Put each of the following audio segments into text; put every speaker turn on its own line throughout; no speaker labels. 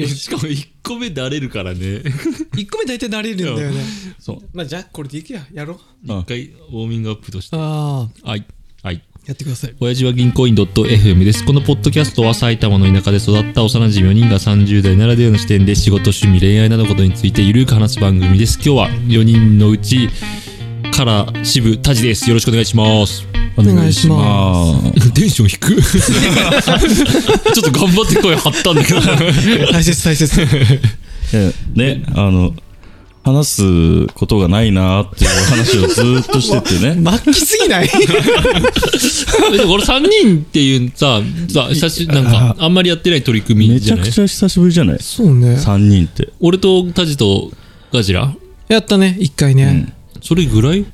いやしかも1個目だれるからね
1個目大体慣れるんだよね。
そう
まあじゃあこれでいくや、やろう。
一回ウォーミングアップとして
ああ、
はいはい
やってください。
親父は銀行員 .fm です。このポッドキャストは埼玉の田舎で育った幼馴染4人が30代ならではの視点で仕事、趣味、恋愛などのことについてゆるく話す番組です。今日は4人のうち、カラー、シブ、タジです。よろしくお願いします。
お願いしま
お願
す。
テンション低くちょっと頑張って声張ったんだけど。
大切大 切。
えね、あの、話すことがないなーっていう話をずーっとして てね。
末期すぎない
でもこれ3人っていうさ、さ、久し、なんか、あんまりやってない取り組み
め
じ
ち
ゃ
ゃ
な
く
い
ちゃ久しぶりじゃない
そうね。
?3 人って。
俺とタジとガジラ
やったね、1回
う
ね。
ん
それぐらい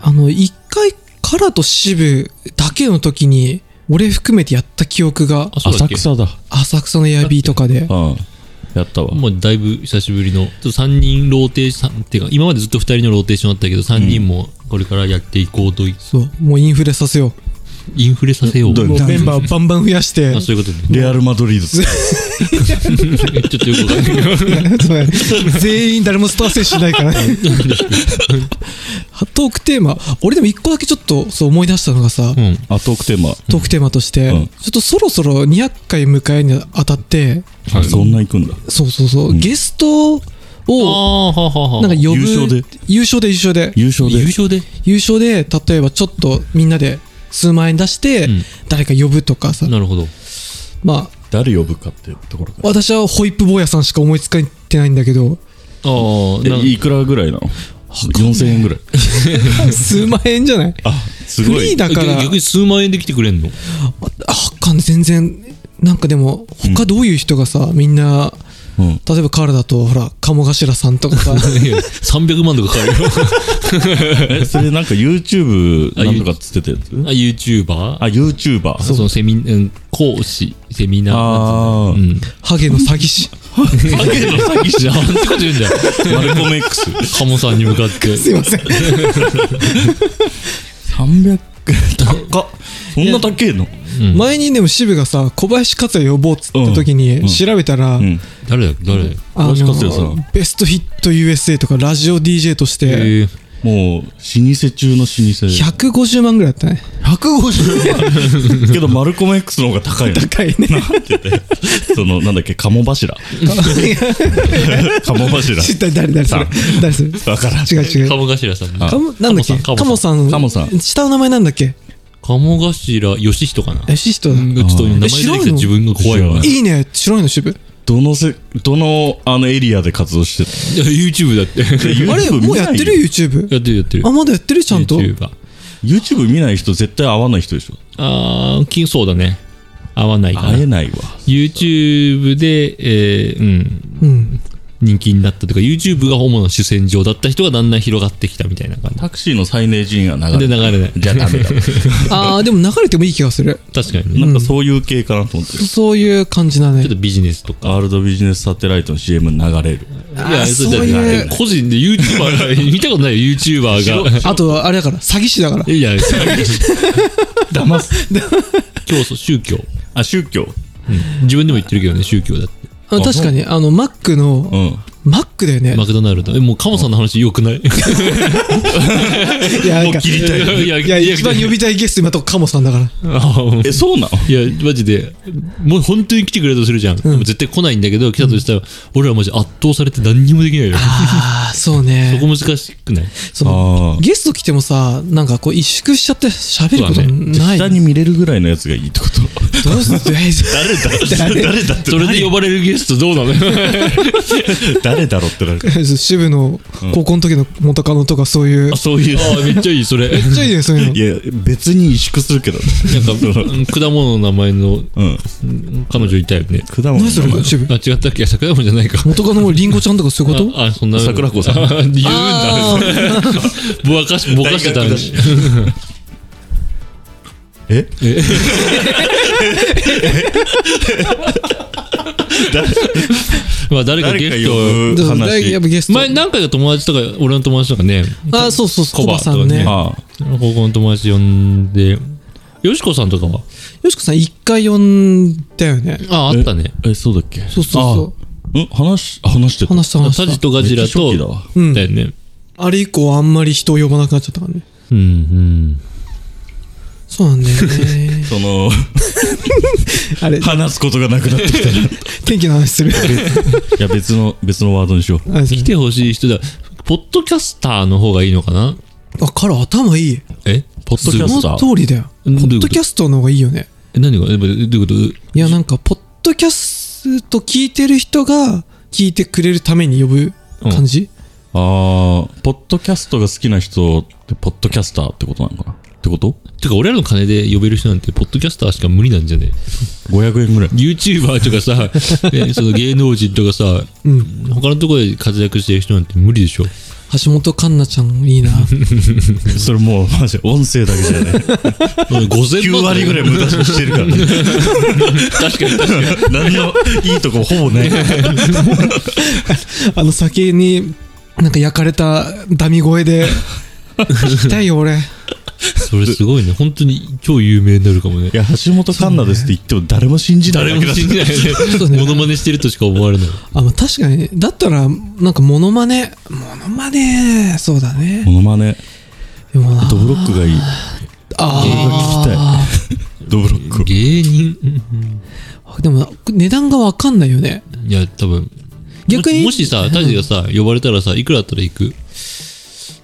あの、1回、カラとシブだけの時に、俺含めてやった記憶が、
あ、そうだっ
浅
け
草だ。
浅草のエアビーとかで。
うん。やったわ。
もうだいぶ久しぶりの、ちょっと3人ローテーション、っていうか、今までずっと2人のローテーションだったけど、3人もこれからやっていこうと、
そう、もうインフレさせよ。
インフレさせよう。
どういう
も
う
うメンバーバンバン増やして
あ、。そういうこと
レアル・マドリード
ね。 ちょっとよくわかんない。
そうね全員誰もスター選手いないからね。 トークテーマ、俺でも1個だけちょっとそう思い出したのがさ、
うん。
あ、トークテーマ。
トークテーマとして、
うん
ちょっとそろそろ200回迎えるにあたって、
はい
そんな行くんだ。
そうそうそう、
うん
ゲストを、
ああ、はあはあはあ。
なんか呼ぶ。
優勝で。
優勝で優勝で。
優勝
優勝
で。
で
優勝で、例えばちょっとみんなで数万円出して、
うん
誰か呼ぶとかさ、
なるほど。
まあ、
誰呼ぶかっていうところか。
私はホイップ坊やさんしか思いつかってないんだけ ど、
ああ、な
え、いくらぐらいなの ?4000 円ぐらい。
数万円じゃない
あ、す
フ
ご
リー
い。
だから
逆、逆に数万円で来てくれんの
あっかん、全然、なんかでも、他どういう人がさ、みんな、
うん。
例えばカールだと、ほら、鴨頭さんとか さ、
いや ?300 万とかかかるよ。
え、それなんか YouTube なんとかっつってたやつ
あ、YouTuber?
あ、YouTuber。
そのセミ、うん、講師、セミナー。
あ
う
ー。
ん。
ハゲの詐欺師。
ハゲの詐欺師なんてこと言うんだよ。
マルコム X。
カモさんに向かって。
すいません。
300高っそんな高えの
うん
前にでも渋がさ、小林克也呼ぼうっつった時
うんうん
に、調べたら、
うん
誰だ誰だ
あの
小林克也さ
ベストヒット USA とかラジオ DJ として、
えー
もう老舗中の老舗
150万ぐらいだったね。
150万けどマルコム X の方が高いの
高いね。
そのなんだっけ鴨柱鴨柱
知った誰誰それ
さ。
誰それ。
だからん
違う違う。
鴨頭さんね。
あ
カモなんだっけ
カ
カ
モ
モさん。
カモさん
下の名前なんだっけ
鴨頭義人かな
え、シシトだ。
うんちょっと名前出てきた自分が怖いわ。
あー
い
いいね、白いの渋。
どのせどのあのエリアで活動して
や YouTube だって。
る
あれ、もうやってる ?YouTube。
やってるやってる
あ、。まだやってるちゃんと。
YouTuber。
YouTube 見ない人絶対会わない人でしょ
あー、金そうだね。合わないか
会え
な。
ないわ
YouTube で、えー、うん、
うん。
人気になったとか、YouTube が主な主戦場だった人がだんだん広がってきたみたいな感
タクシーのサイネージンが
じ。
流
で、流
れる
れない。
じゃダメだ
あー、でも流れてもいい気がする。
確かにね。
なんかそういう系かなと思ってる
そういう感じだ
ちょっ
ね
と。ビジネスとか。
ワールドビジネスサテライトの CM 流れる
い
ーそういう
だって個人で YouTuber が、見たことないよ、YouTuber が。
あと、あれだから、詐欺師だから。
いや、
騙す
教祖、宗教。
あ宗教
自分でも言ってるけどね、宗教だって。
あの確かに、あの、マック
う
の、
ん
マックだよね。
マクドナルド。え、もう、カモさんの話良くない
いや、なんか、い
いや、いや
や、一番呼
び。
びたいゲスト今とこカモさんだから。
あうん
えそうなの
いや、マジで、もう本当に来てくれたとするじゃん。でも絶対来ないんだけど、来たとしたら、俺はマジ圧倒されて何にもできないよ。
ああ、そうね。
そこ難しくない
そ
あ
の
ー
ゲスト来てもさなんかこう萎縮しちゃって喋ることない、
下に見れるぐらいのやつがいいってこと
どうする
誰だ 誰だって
それで呼ばれるゲストどうなの
誰だろうってなる
渋の高校の時の元カノとかそういう、めっ
そういう
ああ、めっちゃいい、それ。なんか、
ちゃいいねそういうの
いや別に萎縮するけどね
うん果物の名前の
うん
うん彼女いたよね。
果物
何それ
の
渋
あ、違ったっけ桜もじゃないか。
元カノもリンゴちゃんとかそういうこと
あ、あそんな。
桜子さん
あ言うんだ。
あー
ぼやかし、ぼかしてたのに。
え
えまあ、誰か
誰
ゲ
か
ストを。
呼ぶ
だからやっ
話
ぱゲスト
前何回か友達とか、俺の友達とかね、
あーそうそう
コ
そうコ
バ
バさんね
とか
ああ
高校の友達呼んで、よしこさんとかは
よしこさん一回呼んだよね
あ、あったね。
えそうだっけ
そうそうそう
ん話、話してた。
話した話
タ
し
ジ
た。
とガジラと
めっちゃ初期だわ、。
うん
だよね。
あれ以降あんまり人を呼ばなくなっちゃったからね。
うんうん。
そうなんだよ ね
そ の、
あれ、
話すことがなくなって きたら。い
天気の話する。
や、別の、別のワードにしよう。
あ
来てほしい人だ。ポッドキャスターの方がいいのかな
あ、カラー頭いい。
えポッ
ドキャス
そ
ター
の通りだよ。
う
ポ
んどういうこと
ッドキャストの方がいいよね。
え何がえどういうこと
いや、なんか、ポッドキャスト聞いてる人が聞いてくれるために呼ぶ感じ、
あー、ポッドキャストが好きな人って、ポッドキャスターってことなのかなってこと
てか、俺らの金で呼べる人なんて、ポッドキャスターしか無理なんじゃね
?500 円ぐらい。
?YouTuber とかさ、 えその芸能人とかさ、他のところで活躍してる人なんて無理 でしょ。
橋本環奈ちゃん いいな。
それもう、マジ、音声だけじ ゃね。
5000
9
万
割ぐらい無駄にしてるからね。
確かに確かに。
何のいいとこほぼない。
あの酒に、なんか焼かれたダミ 声で、聞きたいよ俺。
それすごいね。本当に超有名になるかもね
い。や、橋本環奈ですって言っても誰も信じない
誰も信じないよね。
うね
モノマネしてるとしか思われない。
あ、まあ、確かにね。だったら、なんかモノマネ。モノマネ、そうだね。
モノマネ。
でもな
ドブロックがいい。
あ
俺が
ー
ドブロック。
芸人うん
でも、値段がわかんないよね。
いや、多分。
逆に
ももしさ、タジがさ、呼ばれたらさ、いくらだったら行く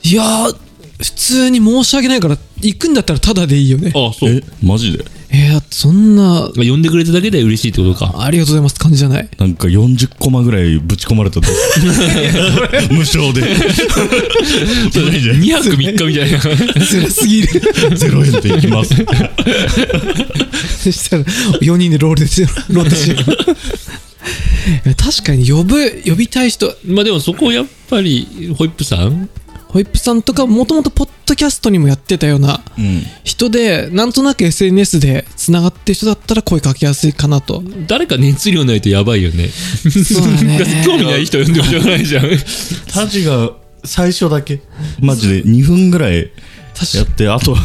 いやー、普通に申し訳ないから、行くんだったらタダでいいよね。
あ、そう。
え、マジで
えー、そんな、
まあ呼んでくれただけで嬉しいってことか。
ありがとうございますって感じじゃない。
なんか40コマぐらいぶち込まれたと無償で。
2泊3日みたいな。
辛す ぎる。
0円でいきます。
そしたら、4人でロールでし、ロールし。確かに呼ぶ、呼びたい人、
まあでもそこやっぱり、ホイップさん
ホイップさんとか、もともとポッドキャストにもやってたような
うん。
人で、なんとなく SNS で繋がってる人だったら声かけやすいかなと。
誰か熱量ないとやばいよね。
そうだね
興味 ない人呼んでもしょうがないじゃん。
タジが最初だけ。マジで2分ぐらい
確か
やって、あとは、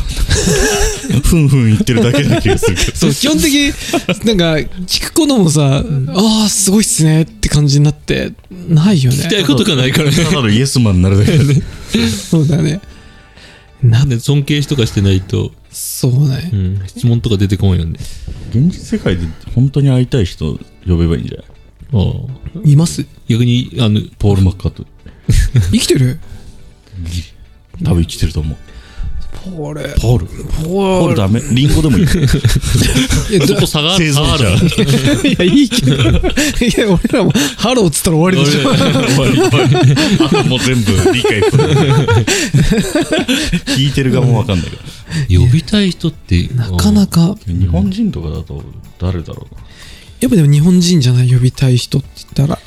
ふんふん言ってるだけな気がするけど。
そう、基本的に、 なんか、聞くこともさ、ああ、すごいっすねって感じになって、ないよ
聞きた
ね。
いことがないからね。
ただのイエスマンになるだけだね。
そうだね。な
なん、で尊敬しとかしてないと、
そうだね
う。ん、質問とか出てこんよね。
現実世界で本当に会いたい人呼べばいいんじゃない
ああ
います
逆に、あの、
ポール・マッカート。
生きてる
多分生きてると思う。
ポール。
ポール。ポ
ポ
ールダメ。リンゴで もいい。
いや、
そ
ど
こ下が
生
る。下
存
が
者
る。
いや、いいけど。いや、俺らも、ハローっつったら終わりでしょ。
あともう全部理解 不能聞いてる側もわかんないけど。
呼びたい人って、な
なかなか。
日本人とかだと誰だろうな。
やっぱでも日本人じゃない呼びたい人って言ったら。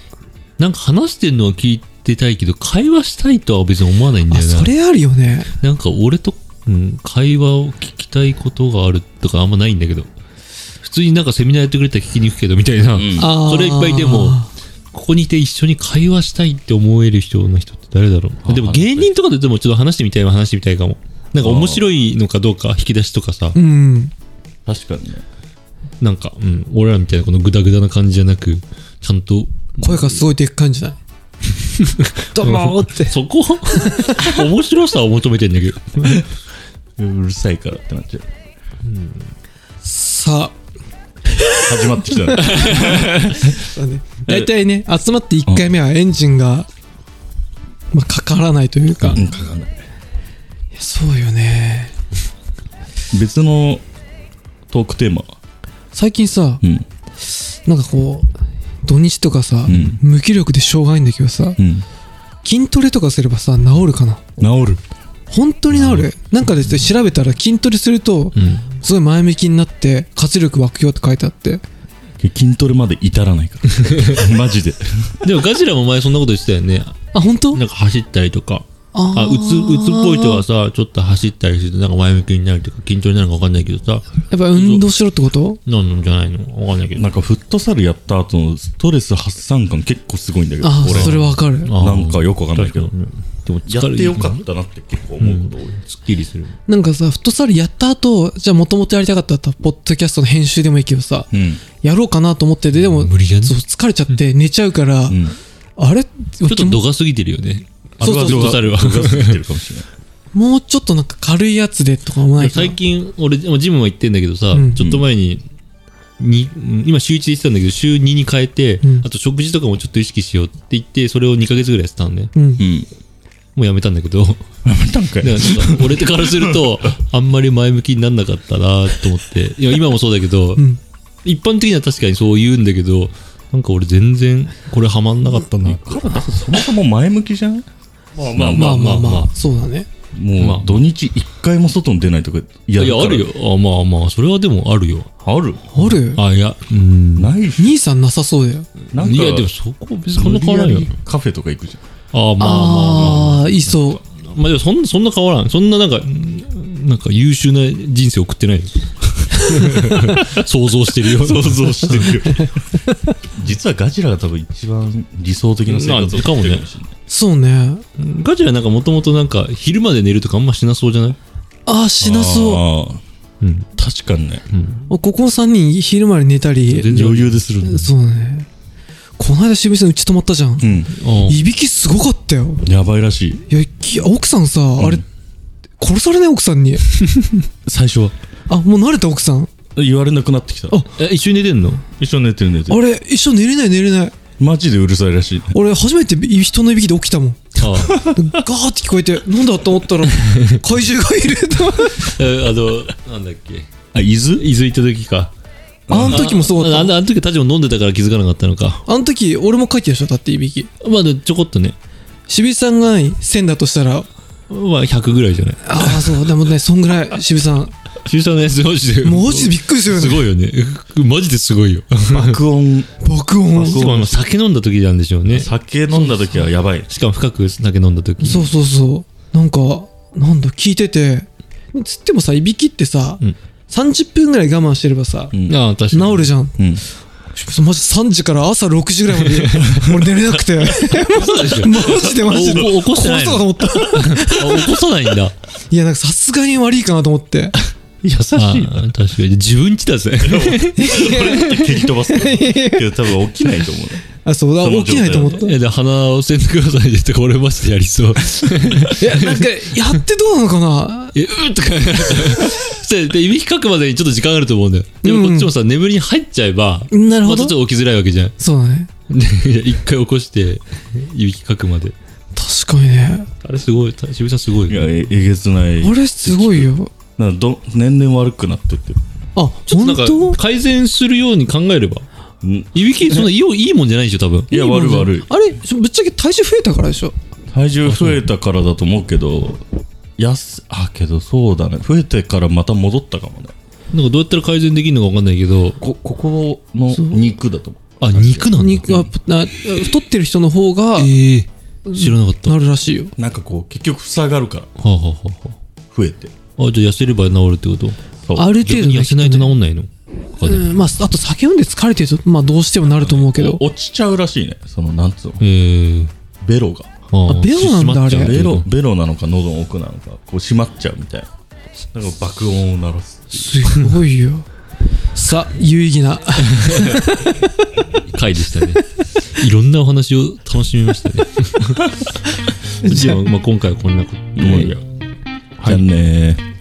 なんか話してるのは聞いてたいけど、会話したいとは別に思わないんだ
あ、
よな。
それあるよね。
なんか俺と、うん、会話を聞きたいことがあるとかあんまないんだけど、普通になんかセミナーやってくれたら聞きに行くけどみたいな、
あ
ん
ー
それいっぱいでも、ここにいて一緒に会話したいって思える人の人って誰だろう。
あ
でも芸人とかででもちょっと話してみたいは話してみたいかも。なんか面白いのかどうか引き出しとかさ
う、ん。
確かにね。
なんか、うん、俺らみたいなこのグダグダな感じじゃなく、ちゃんと、
声がすごいでっかいん じゃないどうもーって。
そこ 面白さを求めてんだけど。
うるさいからってなっちゃう。
さ
始まってきたね。
あ、だいたいね、集まって1回目はエンジンが、まあ、かからないというか。い
かかんない。
やそうよね。
別のトークテーマ。
最近さ、
うん。
なんかこう、土日とかさ、
ん
無気力でしょうがないんだけどさ、
うん。
筋トレとかすればさ、治るかな
治る。
本当に治る。なんかで調べたら筋トレすると、
うん。
すごい前向きになって、活力湧くよって書いてあって。
筋トレまで至らない から。マジで。
でもガジラも前そんなこと言ってたよね。
あ、本当
なんか走ったりとか。
あ
あうつうつっぽい人がさちょっと走ったりしてなんか前向きになるとか緊張になるのか分かんないけどさ
やっぱ運動しろってこと
なんなんじゃないの分かんないけど
なんかフットサルやった後のストレス発散感結構すごいんだけど、
あ
俺。
それわかる。
あー
なんかよくわかんないけど
確かにでも
や
疲れ
ってよかったなって結構思うこと多い。
すっきりする
なんかさ、フットサルやった後、じゃあもともとやりたかったポッドキャストの編集でもいいけどさ、
うん。
やろうかなと思って、ででも、
無理じゃん
そう疲れちゃって寝ちゃうから、
うん。
あれ
ちょっと度が過ぎてるよねあ
そうそうそう
フットサルは
僕が知ってるかもしれない。
もうちょっとなんか軽いやつでとかもないかな
最近俺でもジムは行ってんだけどさ、
うん
ちょっと前ににうん今週1で行ってたんだけど週2に変えて、
うん
あと食事とかもちょっと意識しようって言ってそれを2ヶ月ぐらいやってたんね
うん。
うん。
もうやめたんだけ どだか
やめたんかい。
らなんか俺からするとあんまり前向きになんなかったなと思っていや今もそうだけど、
ん
一般的には確かにそう言うんだけどなんか俺全然これハマんなかったな
そもそも前向きじゃんまあまあ
まあまあまあ、そうだね。
まあ
もう土日一回も外に出ないとか
い
嫌
や
だから
あるよ。あまあまあそれはでもあるよ
ある
ある
あいやうん
ないし
兄さんなさそうだよ。
なんか
いやでもそこ別にそんな変わら
無
ない
理
よ
やりカフェとか行くじ
あまあまあまあ
ああー、いそう。
まあでもそんそんな変わらん。そんななんか、んなんか優秀な人生送ってないよ想像してるよ。
ゃん。想 像してるよ。実はガジラが多分一番理想的な生活を送ってるかもしれない。
そうね。
ガジラなんかもともとなんか昼まで寝るとかあんましなそうじゃない
ああ、しなそう。
そう。
うん。
確かにね。
ここの3人昼まで寝たり。
全然
余裕でするんだ
そうだね。この間渋谷さんうち泊まったじゃん。
うん。
あ
いびきすごかったよ。
やばいらしい。
いや、き奥さんさ、あれ、殺されない奥さんに。
最初は。
あ、もう慣れた奥さん。
言われなくなってきた。
あ
え、一緒に寝てんの
一緒に寝てる寝て
あ
る。
れ、一緒寝れない寝れない。
マジでうるさいらしい。
俺、初めてい人のいびきで起きたもん。
ああ
ガーって聞こえて、なんだと思ったら、怪獣がいると。
えあの、なんだっけ。
あ、伊豆
伊豆行った時か。
あの時もそう
あ
だ
あ
っ
のあの時はタジも飲んでたから気づかなかったのか。
た。あの時、俺も書いてたでしょだっていびき。
まあでもちょこっとね。
渋井さんが1000だとしたら、
まあ100ぐらいじゃない。
ああ、そう、でもね、そんぐらい、渋井さん。
中3のやつマジで。
マジでびっくりするよ
す
ね。
ごいよね。 マジですごいよ。
爆音。
爆音。
し
そ
かもあの酒飲んだ時なんでしょうね。
酒飲んだ時はやばい。
しかも深く酒飲んだ時。
うそうそう。なんか、なんだ、聞いてて。つってもさ、いびきってさ、
うん
30分ぐらい我慢してればさ、
ん
ああ、確かに。
治るじゃん。
うん。
渋井さんマジ3時から朝6時ぐらい まで、俺寝れなくて。
そうでしょ
マジでマジで。
おお起こしてない
殺そ
の
うかと思った。
あ起こさないんだ。
いや、なんかさすがに悪いかなと思って。
優しい
ああ 確かに。自分ちだ ぜ。
蹴り飛ばす。けど多分起きないと思うね。
あ、そうだ、
その
起
状
きな
態
いと思った。い
え、で、鼻をせんでくださいねって、これマジでやり そう。
や、なんか、やってどうなのかな
え、うー とか。で、で、いびきかくまでにちょっと時間あると思うんだよ。で
うん
もこっちもさ、眠りに入っちゃえば、
なる
ま
ほ
あちょ
ど
っ。と起きづらいわけじゃん。
そうだね。
で、 一回起こして、いびきかくまで。
確かにね。
あれすごい、た渋谷さんすごい
い
ね。
や、ええげつない。
あれすごいよ。
なんかど年々悪くなってってる。
あ、
ちょっと
本
なん
当
か、改善するように考えれば。
うん
いびき、そんな、いいいいもんじゃないでしょ、多分。
いや、悪い悪い。
あれちょぶっちゃけ体重増えたからでしょ
体重増えたからだと思うけど、やす、あ、けどそうだね。増えてからまた戻ったかもね。
なんかどうやったら改善できるのか分かんないけど、
こ、ここの肉だと思う。
あ、肉なんだ。
肉は、な太ってる人の方が、
ええ知らなかった。は
なるらしいよ。
なんかこう、結局塞がるから、
あ、はあはあは
増えて。
あ、あ、じゃあ痩せれば治るってこと
そう
ある程
逆
度
に
の
痩せないと治んないの他で
うん、まあ、あと酒飲んで疲れてると、まあどうしてもなると思うけど。
落ちちゃうらしいね。その、なんつうの。
ええ
ベロが。
あ
あベロな
閉
んだ
まっちゃう
あれ
ベロ、ベロなのか喉の奥なのか、こう閉まっちゃうみたいな。なんか爆音を鳴らす。
すごいよ。さ、有意義な。
回でしたね。 いろんなお話を楽しみました ね。 じゃあ、まあ、今回はこんなこと
と思うよ。じゃあねー。